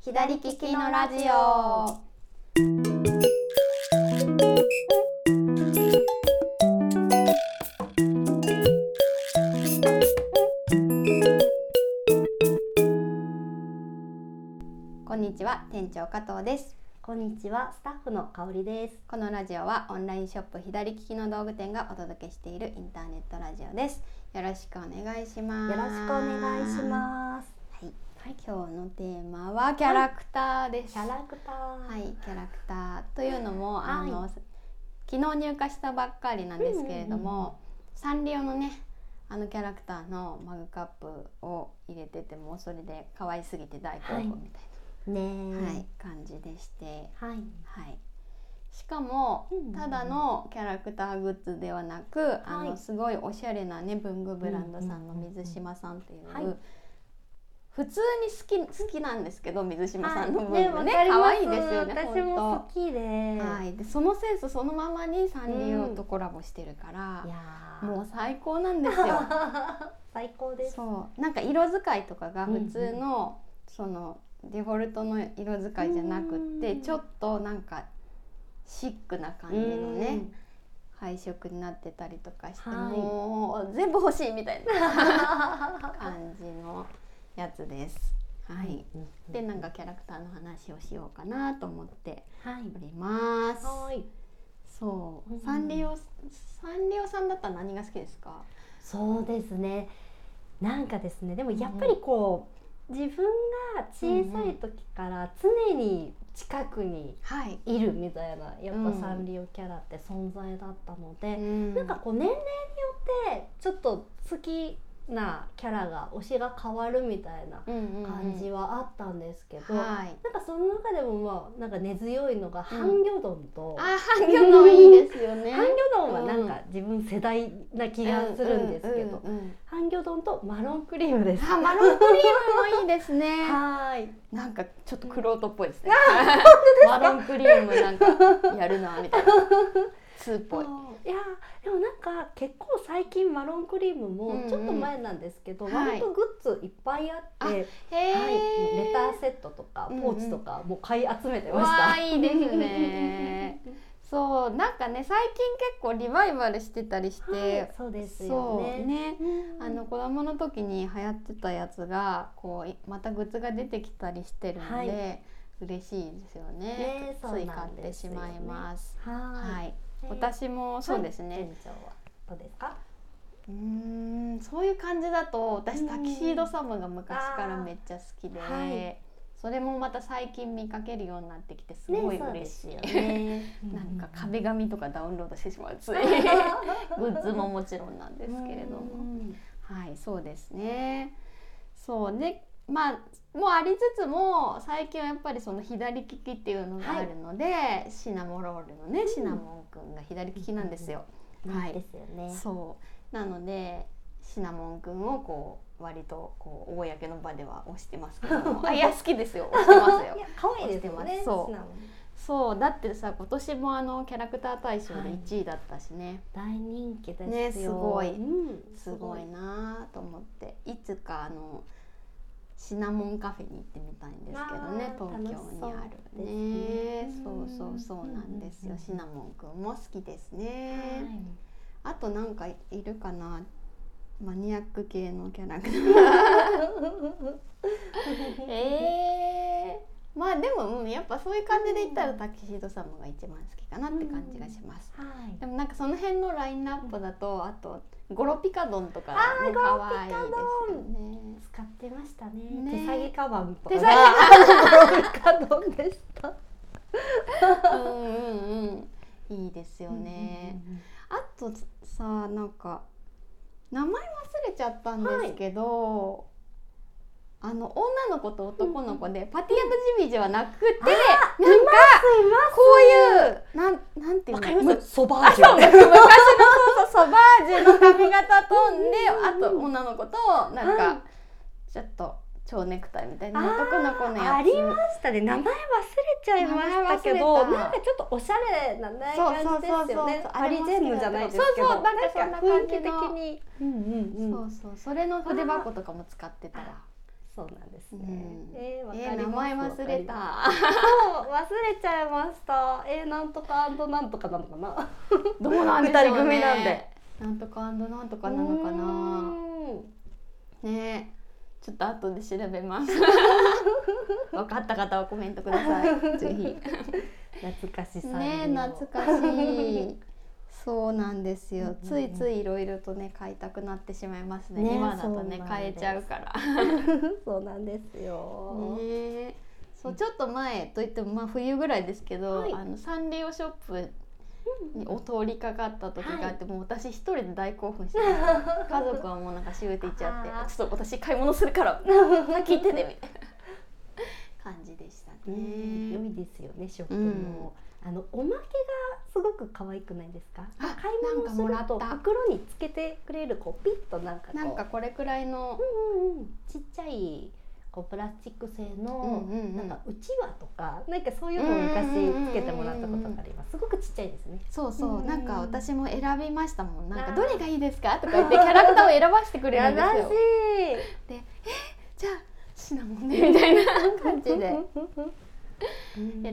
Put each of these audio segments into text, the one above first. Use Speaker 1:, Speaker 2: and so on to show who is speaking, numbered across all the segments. Speaker 1: 左利きのラジオ。こんにちは、店長加藤です。
Speaker 2: こんにちは、スタッフの香りです。
Speaker 1: このラジオはオンラインショップ左利きの道具店がお届けしているインターネットラジオです。よろしくお願いしま
Speaker 2: よ
Speaker 1: す。
Speaker 2: ろしくお願いします。
Speaker 1: す。はい、今日のテーマはキャラクターです。
Speaker 2: キャラクター。
Speaker 1: は、
Speaker 2: はい
Speaker 1: キャラクターというのも、
Speaker 2: はい
Speaker 1: あの昨日入荷したばっかりなんですけれども、サンリオのねあのキャラクターのマグカップを入れててもうそれで可愛すぎて大好評みたい
Speaker 2: い。ね
Speaker 1: な、はい
Speaker 2: え。
Speaker 1: 感じでして、
Speaker 2: はい。
Speaker 1: はい、しかも
Speaker 2: うんうんうん
Speaker 1: ただのキャラクターグッズではなく、あのすごいおしゃれなね文具ブランドさんの
Speaker 2: うんうんうんうん
Speaker 1: 水島さんっていう、
Speaker 2: はい
Speaker 1: 普通に好き好きなんですけど水島さんの文具
Speaker 2: ね、
Speaker 1: ね
Speaker 2: わかります
Speaker 1: 可愛いですよね
Speaker 2: 私も好きで。。
Speaker 1: はいい、でそのセンスそのままにサンリオとコラボしてるから、
Speaker 2: やー
Speaker 1: もう最高なんですよ
Speaker 2: 最高です。
Speaker 1: そうなんか色使いとかが普通の、そのデフォルトの色使いじゃなくって、
Speaker 2: うん
Speaker 1: ちょっとなんかシックな感じのね、配色になってたりとかして、
Speaker 2: はい
Speaker 1: もう全部欲しいみたいな
Speaker 2: う
Speaker 1: 感じのやつです。はい、
Speaker 2: ん。
Speaker 1: でなんかキャラクターの話をしようかなと思って
Speaker 2: はい。
Speaker 1: おります。
Speaker 2: はい。
Speaker 1: そう、
Speaker 2: うん
Speaker 1: サンリオサンリオさんだったら何が好きですか？
Speaker 2: そうですね。なんかですね、でもやっぱりこう、自分が小さい時から常に近くに
Speaker 1: はい。
Speaker 2: いるみたいな、や
Speaker 1: う
Speaker 2: っ
Speaker 1: ん
Speaker 2: ぱサンリオキャラって存在だったので、
Speaker 1: な
Speaker 2: なんかこう年齢によってちょっと好きなキャラが推しが変わるみたいな感じ
Speaker 1: は、
Speaker 2: はあったんですけど、
Speaker 1: はい。
Speaker 2: なんかその中でもまあなんか根強いのが
Speaker 1: うん
Speaker 2: 半魚丼と、
Speaker 1: あ、ハンギョドンいいですよ ね。
Speaker 2: 半魚丼はなんか自分世代な気がするんですけど、
Speaker 1: うんうんうんうん
Speaker 2: 半魚丼とマロンクリームです。
Speaker 1: あ、マロンクリームもいいですね。
Speaker 2: はーい。
Speaker 1: なんかちょっとクロートっぽいですね。マロンクリームなんかやるなみ たいな。ツーっぽい。
Speaker 2: いやーでもなんか結構最近マロンクリー
Speaker 1: う
Speaker 2: ム
Speaker 1: んう
Speaker 2: も
Speaker 1: ん
Speaker 2: ちょっと前なんですけど、
Speaker 1: はい
Speaker 2: 割とグッズいっぱいあって、
Speaker 1: あ
Speaker 2: はい、
Speaker 1: へえ。
Speaker 2: レターセットとか
Speaker 1: うんうん
Speaker 2: ポーチとかもう買い集めてました。
Speaker 1: わあいいですね。 そうなんかね最近結構リバイバルしてたりし
Speaker 2: はい
Speaker 1: て、
Speaker 2: そうですよ
Speaker 1: そ
Speaker 2: ね。
Speaker 1: うね
Speaker 2: うん
Speaker 1: あの子供の時に流行ってたやつがこういまたグッズが出てきたりしてるので、
Speaker 2: はい
Speaker 1: 嬉しいですよね
Speaker 2: ね
Speaker 1: つ
Speaker 2: そう
Speaker 1: い
Speaker 2: な
Speaker 1: 買っ
Speaker 2: ん
Speaker 1: て
Speaker 2: です
Speaker 1: し
Speaker 2: よね
Speaker 1: まいます。
Speaker 2: は。
Speaker 1: はいい、
Speaker 2: ね
Speaker 1: 私もそうですね、
Speaker 2: 店長はどうですか？
Speaker 1: うーんそういう感じだと
Speaker 2: う
Speaker 1: 私
Speaker 2: ん
Speaker 1: タキシードサムが昔から
Speaker 2: あー
Speaker 1: めっちゃ好きで、
Speaker 2: はい
Speaker 1: それもまた最近見かけるようになってきてす
Speaker 2: ね
Speaker 1: ごい
Speaker 2: そう
Speaker 1: 嬉
Speaker 2: で
Speaker 1: し
Speaker 2: す
Speaker 1: い、。
Speaker 2: よね
Speaker 1: なんか
Speaker 2: で
Speaker 1: 壁紙とかダウンロードしてしまうついグッズももちろんなんですけれども。はい、そうですね。そうね、まあ、もうありつつも、最近はやっぱりその左利きっていうのがあるので。シナモロールのね、シナモンくんが左利きなんですよ。は
Speaker 2: で
Speaker 1: い、
Speaker 2: すよね。
Speaker 1: そう、なので、シナモンくんをこう、割とこう公の場では推してますけど も。あ、いや、好きですよ。推してますよ
Speaker 2: い。や可愛いですよ
Speaker 1: 押してま
Speaker 2: ね。
Speaker 1: すそう
Speaker 2: シナモン
Speaker 1: そう、だってさ、今年もあのキャラクター大賞
Speaker 2: は
Speaker 1: で
Speaker 2: い
Speaker 1: 1位だったしね。
Speaker 2: 大人気です
Speaker 1: ねす
Speaker 2: よ。
Speaker 1: ごい
Speaker 2: うん
Speaker 1: すごいなぁと思っていつかあのシナモンカフェに行ってみたいんですけどね
Speaker 2: あー
Speaker 1: 東京にあるね
Speaker 2: 楽
Speaker 1: そ
Speaker 2: しそ
Speaker 1: うそ
Speaker 2: うですね
Speaker 1: うそうなんですよ、
Speaker 2: うんうんうん
Speaker 1: シナモンくんも好きです
Speaker 2: は
Speaker 1: ね
Speaker 2: い、
Speaker 1: あとなんかいるかなマニアック系のキャラクター えー、 まあでも、うん、やっぱそういう感じで言ったらタキシードサムが一番好きかなって感じがします、
Speaker 2: はい
Speaker 1: でもなんかその辺のラインナップだとあとゴロピカドンとか
Speaker 2: あー
Speaker 1: も
Speaker 2: ゴロ
Speaker 1: 可愛いです
Speaker 2: ピカドン
Speaker 1: よね。
Speaker 2: 使ってましたね。
Speaker 1: ね
Speaker 2: 手提げカバンとか
Speaker 1: 手提げ
Speaker 2: げカバ ンでした。
Speaker 1: うんうんうんいいですよね。あとさなんか名前忘れちゃったんですけど、あの女の子と男の子でパティアンドジミジはなくてなんか
Speaker 2: います
Speaker 1: こういうなんなんていう
Speaker 2: わか
Speaker 1: の
Speaker 2: ります。ソバージ
Speaker 1: そう
Speaker 2: ュ。
Speaker 1: 昔のそうそうソバージュの髪型とんであと女の子となん
Speaker 2: はい
Speaker 1: かちょっと蝶ネクタイみたいな
Speaker 2: あー
Speaker 1: 男の子の
Speaker 2: あ
Speaker 1: や
Speaker 2: りましたね。名前忘れちゃいましたけ
Speaker 1: 名前
Speaker 2: ど、
Speaker 1: 忘れた
Speaker 2: なんかちょっとおしゃれなね
Speaker 1: つそうそう
Speaker 2: 感じ
Speaker 1: そう
Speaker 2: で
Speaker 1: そ
Speaker 2: す
Speaker 1: う
Speaker 2: よね。
Speaker 1: あ
Speaker 2: パ
Speaker 1: れ
Speaker 2: リ
Speaker 1: も好きなんだけど
Speaker 2: ジェンヌじゃないですけ
Speaker 1: そう
Speaker 2: ど、
Speaker 1: そうなんかそんな感じの
Speaker 2: 雰囲気的に。うんうん
Speaker 1: そうそうそれの筆箱とかも使ってたら
Speaker 2: あそうなんですね。
Speaker 1: うん
Speaker 2: えー、わかり
Speaker 1: え
Speaker 2: ます。
Speaker 1: 名前忘れ
Speaker 2: わか
Speaker 1: た
Speaker 2: ります。そう忘れちゃいました。えー、なんとかなんとかなのかな。
Speaker 1: どうなんでしょうね
Speaker 2: 二人組なんで
Speaker 1: なんとかなんとかなのか
Speaker 2: う
Speaker 1: な
Speaker 2: ーん
Speaker 1: ねえちょっと後で調べます 分かった方はコメントくださいぜひ
Speaker 2: 懐かしさ。
Speaker 1: ね懐かしいそうなんですよ、ついついいろいろとね買いたくなってしまいますね
Speaker 2: ね
Speaker 1: 今だと
Speaker 2: そうなんで
Speaker 1: ね
Speaker 2: す
Speaker 1: 買えちゃうから
Speaker 2: そうなんですよ。
Speaker 1: ねえそうちょっと前といってもまあ冬ぐらいですけど、
Speaker 2: はい
Speaker 1: あのサンリオショップにお通りかかった時があって、もう私一人で大興 奮してました家族はもうなんかしぐれていっちゃ
Speaker 2: あ
Speaker 1: っ
Speaker 2: ー
Speaker 1: てちょっと私買い物するから聞いてねみたいな感じでした
Speaker 2: うん良
Speaker 1: ね。
Speaker 2: いですよねショップも、あのおまけがすごく可愛くないですか
Speaker 1: あ
Speaker 2: 買い物する
Speaker 1: なんか
Speaker 2: と
Speaker 1: もらった
Speaker 2: 袋につけてくれるこうピッとなんかこう
Speaker 1: なんかこれくらいの、
Speaker 2: うんうん、ちっちゃいこうプラスチック製の、
Speaker 1: うんうんうん
Speaker 2: なんかうちわとかなんかそういうのを昔つけてもらったことがあります、すごくちっちゃいですね
Speaker 1: そうそう、
Speaker 2: うん
Speaker 1: なんか私も選びましたもんなん
Speaker 2: あ
Speaker 1: か
Speaker 2: ー
Speaker 1: どれがいいですかとか言ってキャラクターを選ばせてくれるん ですよ
Speaker 2: しい
Speaker 1: じゃあシナモンねみたいな感じで
Speaker 2: で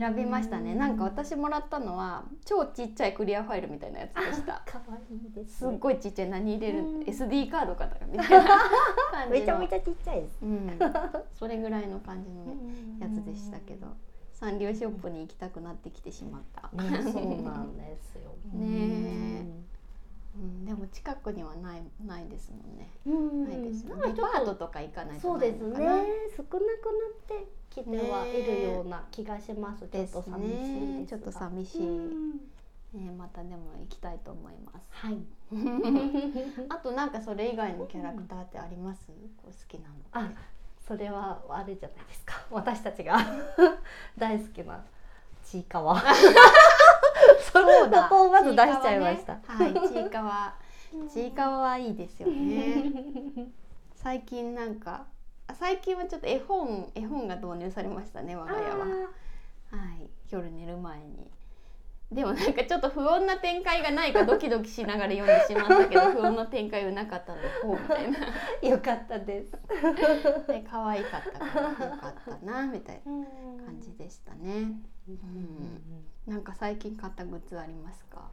Speaker 1: 選びましたねなんか私もらったのは超ちっちゃいクリアファイルみたいなやつでした
Speaker 2: 可愛いです
Speaker 1: す
Speaker 2: ね
Speaker 1: っごいちっちゃい何入れる
Speaker 2: うん
Speaker 1: SD カードかなみたい な感じ
Speaker 2: めちゃ
Speaker 1: の
Speaker 2: めちゃちっちゃいです
Speaker 1: うん、それぐらいの感じのねやつでしたけどサンリオショップに行きたくなってきてしまった、
Speaker 2: ね、そうなんですよ。
Speaker 1: ね うん、でも近くにはないないですもんね、
Speaker 2: うん、
Speaker 1: ないですよ
Speaker 2: な
Speaker 1: ね
Speaker 2: ん
Speaker 1: デ
Speaker 2: かちょ
Speaker 1: パ
Speaker 2: っ
Speaker 1: ー
Speaker 2: と
Speaker 1: トとか行かない
Speaker 2: そ
Speaker 1: と
Speaker 2: う
Speaker 1: な
Speaker 2: で
Speaker 1: い
Speaker 2: すね。少
Speaker 1: の
Speaker 2: な
Speaker 1: かな
Speaker 2: くなってきてはいるような気がします。ちょっと寂しい
Speaker 1: ね
Speaker 2: ですが
Speaker 1: ちょっと寂しい、
Speaker 2: うん
Speaker 1: ね、またでも行きたいと思います
Speaker 2: はい。
Speaker 1: あとなんかそれ以外のキャラクターってあります、こう好きなの
Speaker 2: あ、それはあれじゃないですか。私たちが 大好きなちいかわ。
Speaker 1: そう
Speaker 2: だそこをまず出しちゃいました
Speaker 1: はい、ちいかわ。ちいかわはいいですよね。最近なんか、あ最近はちょっと絵本、絵本が導入されましたね、我
Speaker 2: あ
Speaker 1: が家は。はい、夜寝る前に。でもなんかちょっと不穏な展開がないかドキドキしながら読んでしまった けど不穏な展開はなかったのでこうみたいな
Speaker 2: ーよかったです。
Speaker 1: で可愛かったからよかったなみたいな感
Speaker 2: 感
Speaker 1: じ。でしたねんなんか最近買ったグッズありますか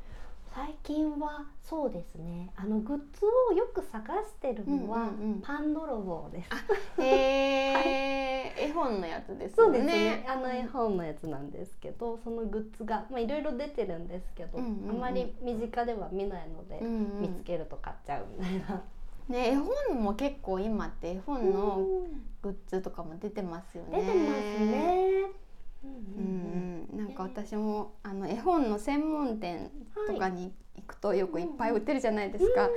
Speaker 2: 最近はそうですね。あのグッズをよく探してるの
Speaker 1: う
Speaker 2: は、
Speaker 1: んうんうん
Speaker 2: パン泥棒です。
Speaker 1: へー絵本のやつです
Speaker 2: そ
Speaker 1: よ
Speaker 2: う
Speaker 1: ね。
Speaker 2: ですねあの絵本のやつなんですけどそのグッズがまあいろいろ出てるんですけど、
Speaker 1: うんうんうん
Speaker 2: あまり身近では見ないので、
Speaker 1: うんうん
Speaker 2: 見つけると買っちゃうみたいな。
Speaker 1: ね絵本も結構今って絵本のグッズとかも出てますよ
Speaker 2: 出
Speaker 1: ね。
Speaker 2: てますね。う
Speaker 1: うんんうん、なんか私もあの絵本の専門店とかに行くとよくいっぱい売ってるじゃないですか、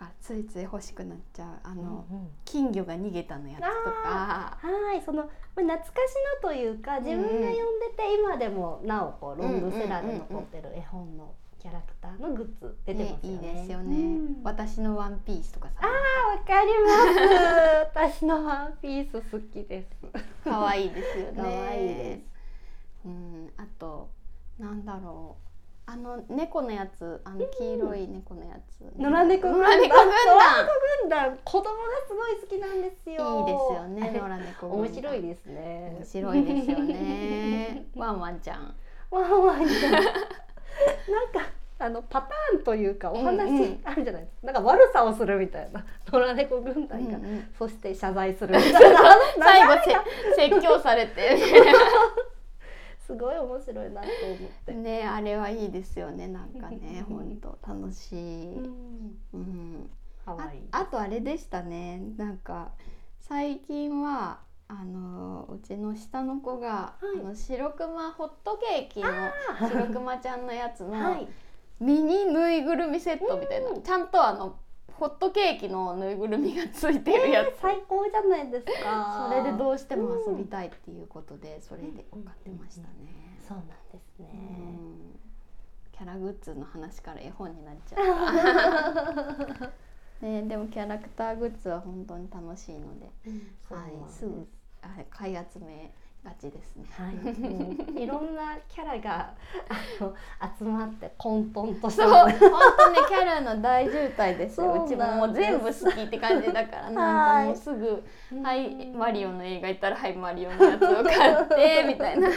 Speaker 1: あついつい欲しくなっちゃうあ
Speaker 2: うん
Speaker 1: の、
Speaker 2: うん
Speaker 1: 金魚が逃げたのやつとか
Speaker 2: はいそのまあ懐かしのというか自分が読んでて今でもなおこうロングセラーで残ってる絵本のキャラクターのグッズ出てま
Speaker 1: ね
Speaker 2: すよね。
Speaker 1: いいですよね、
Speaker 2: うん
Speaker 1: 私のワンピースとかさ
Speaker 2: わかります。私のワンピース好きです。
Speaker 1: 可愛いですよね。
Speaker 2: 可愛いです。
Speaker 1: うん、あとなんだろう。あの猫のやつ、あの黄色い猫のやつ。
Speaker 2: 野良猫軍
Speaker 1: 野
Speaker 2: 団
Speaker 1: 良猫軍団。
Speaker 2: 軍団子供がすごい好きなんですよ。
Speaker 1: いいですよね。野
Speaker 2: あれ
Speaker 1: 良猫軍団。
Speaker 2: 面白いですね。
Speaker 1: 面白いですよ ね。ワンワンちゃん。
Speaker 2: わんわんじゃんなんかあのパターンというかお
Speaker 1: うんう
Speaker 2: 話
Speaker 1: ん
Speaker 2: あるじゃないですか。なんか悪さをするみたいな野良猫軍団が、
Speaker 1: うんうん
Speaker 2: そして謝罪するみたいな。
Speaker 1: 最後せ説教されて。
Speaker 2: すごい面白いなと思って。
Speaker 1: ね、あれはいいですよね。なんかね、本当楽しい。
Speaker 2: うん
Speaker 1: うん。
Speaker 2: 可
Speaker 1: あ
Speaker 2: 愛い
Speaker 1: あとあれでしたねなんか最近はあのうちの下の子が、
Speaker 2: はい
Speaker 1: あの白熊ホットケーキの白熊ちゃんのやつの、
Speaker 2: はい。
Speaker 1: ミニぬいぐるみセットみたいな、
Speaker 2: うん
Speaker 1: ちゃんとあのホットケーキのぬいぐるみがついてるやつ、
Speaker 2: 最高じゃないですか。
Speaker 1: それでどうしても遊びたいっていうことで、それで買ってましたね、
Speaker 2: そうなんですね。
Speaker 1: うんキャラグッズの話から絵本になっちゃ った。ね、でもキャラクターグッズは本当に楽しいので、
Speaker 2: そう
Speaker 1: は
Speaker 2: なんで
Speaker 1: い、すぐあれ買い集めがちですね。
Speaker 2: はい、もういろんなキャラがあの集まって混沌とし
Speaker 1: そ
Speaker 2: た
Speaker 1: う、
Speaker 2: もの
Speaker 1: 本当ね、キャラの大渋滞です
Speaker 2: そうな
Speaker 1: よ。
Speaker 2: ん
Speaker 1: うちももう全部好きって感じだから、なんかもうすぐ、はい、マリオの映画行ったら、はい、マリオのやつを買って、みたい な。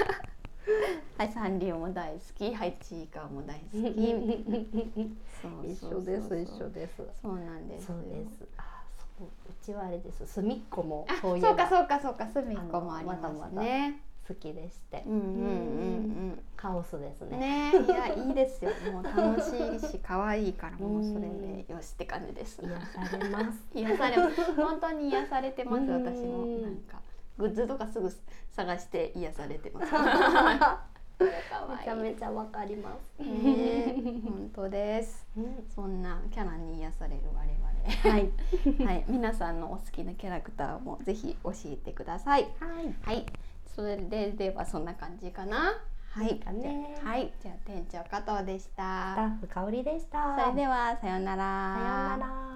Speaker 1: はい、サンリオも大好き、はい、チーカーも大好き。そう
Speaker 2: 一
Speaker 1: そう
Speaker 2: 緒
Speaker 1: そう
Speaker 2: で
Speaker 1: そう
Speaker 2: す一緒です
Speaker 1: そうなんです
Speaker 2: そ
Speaker 1: よ。
Speaker 2: うですあそううちはあれです隅っこも
Speaker 1: あ、
Speaker 2: そ
Speaker 1: そうう
Speaker 2: いえば
Speaker 1: か、そうか、そうか、すみっこもありま
Speaker 2: あのますだまだ
Speaker 1: ね。
Speaker 2: 好きでして
Speaker 1: うん、うん、うん、うん。
Speaker 2: カオスですね
Speaker 1: ねいやいいですよもう楽しいし可愛いからもうそれでよしって感じ です
Speaker 2: 癒されます
Speaker 1: 癒され本当に癒されてます
Speaker 2: うん
Speaker 1: 私もなんかグッズとかすぐ探して癒されて ます可愛
Speaker 2: めちゃ
Speaker 1: い
Speaker 2: めちゃわかります、
Speaker 1: ね本当ですそんなキャラに癒される我
Speaker 2: はいはい
Speaker 1: 々 はい皆さんのお好きなキャラクターもぜひ教えてくださいはいそれでではそんな感じかなはい
Speaker 2: いかね
Speaker 1: じゃあはいじゃあ店長加藤でした
Speaker 2: スタッフ香りでした
Speaker 1: それではさようなら。
Speaker 2: さようなら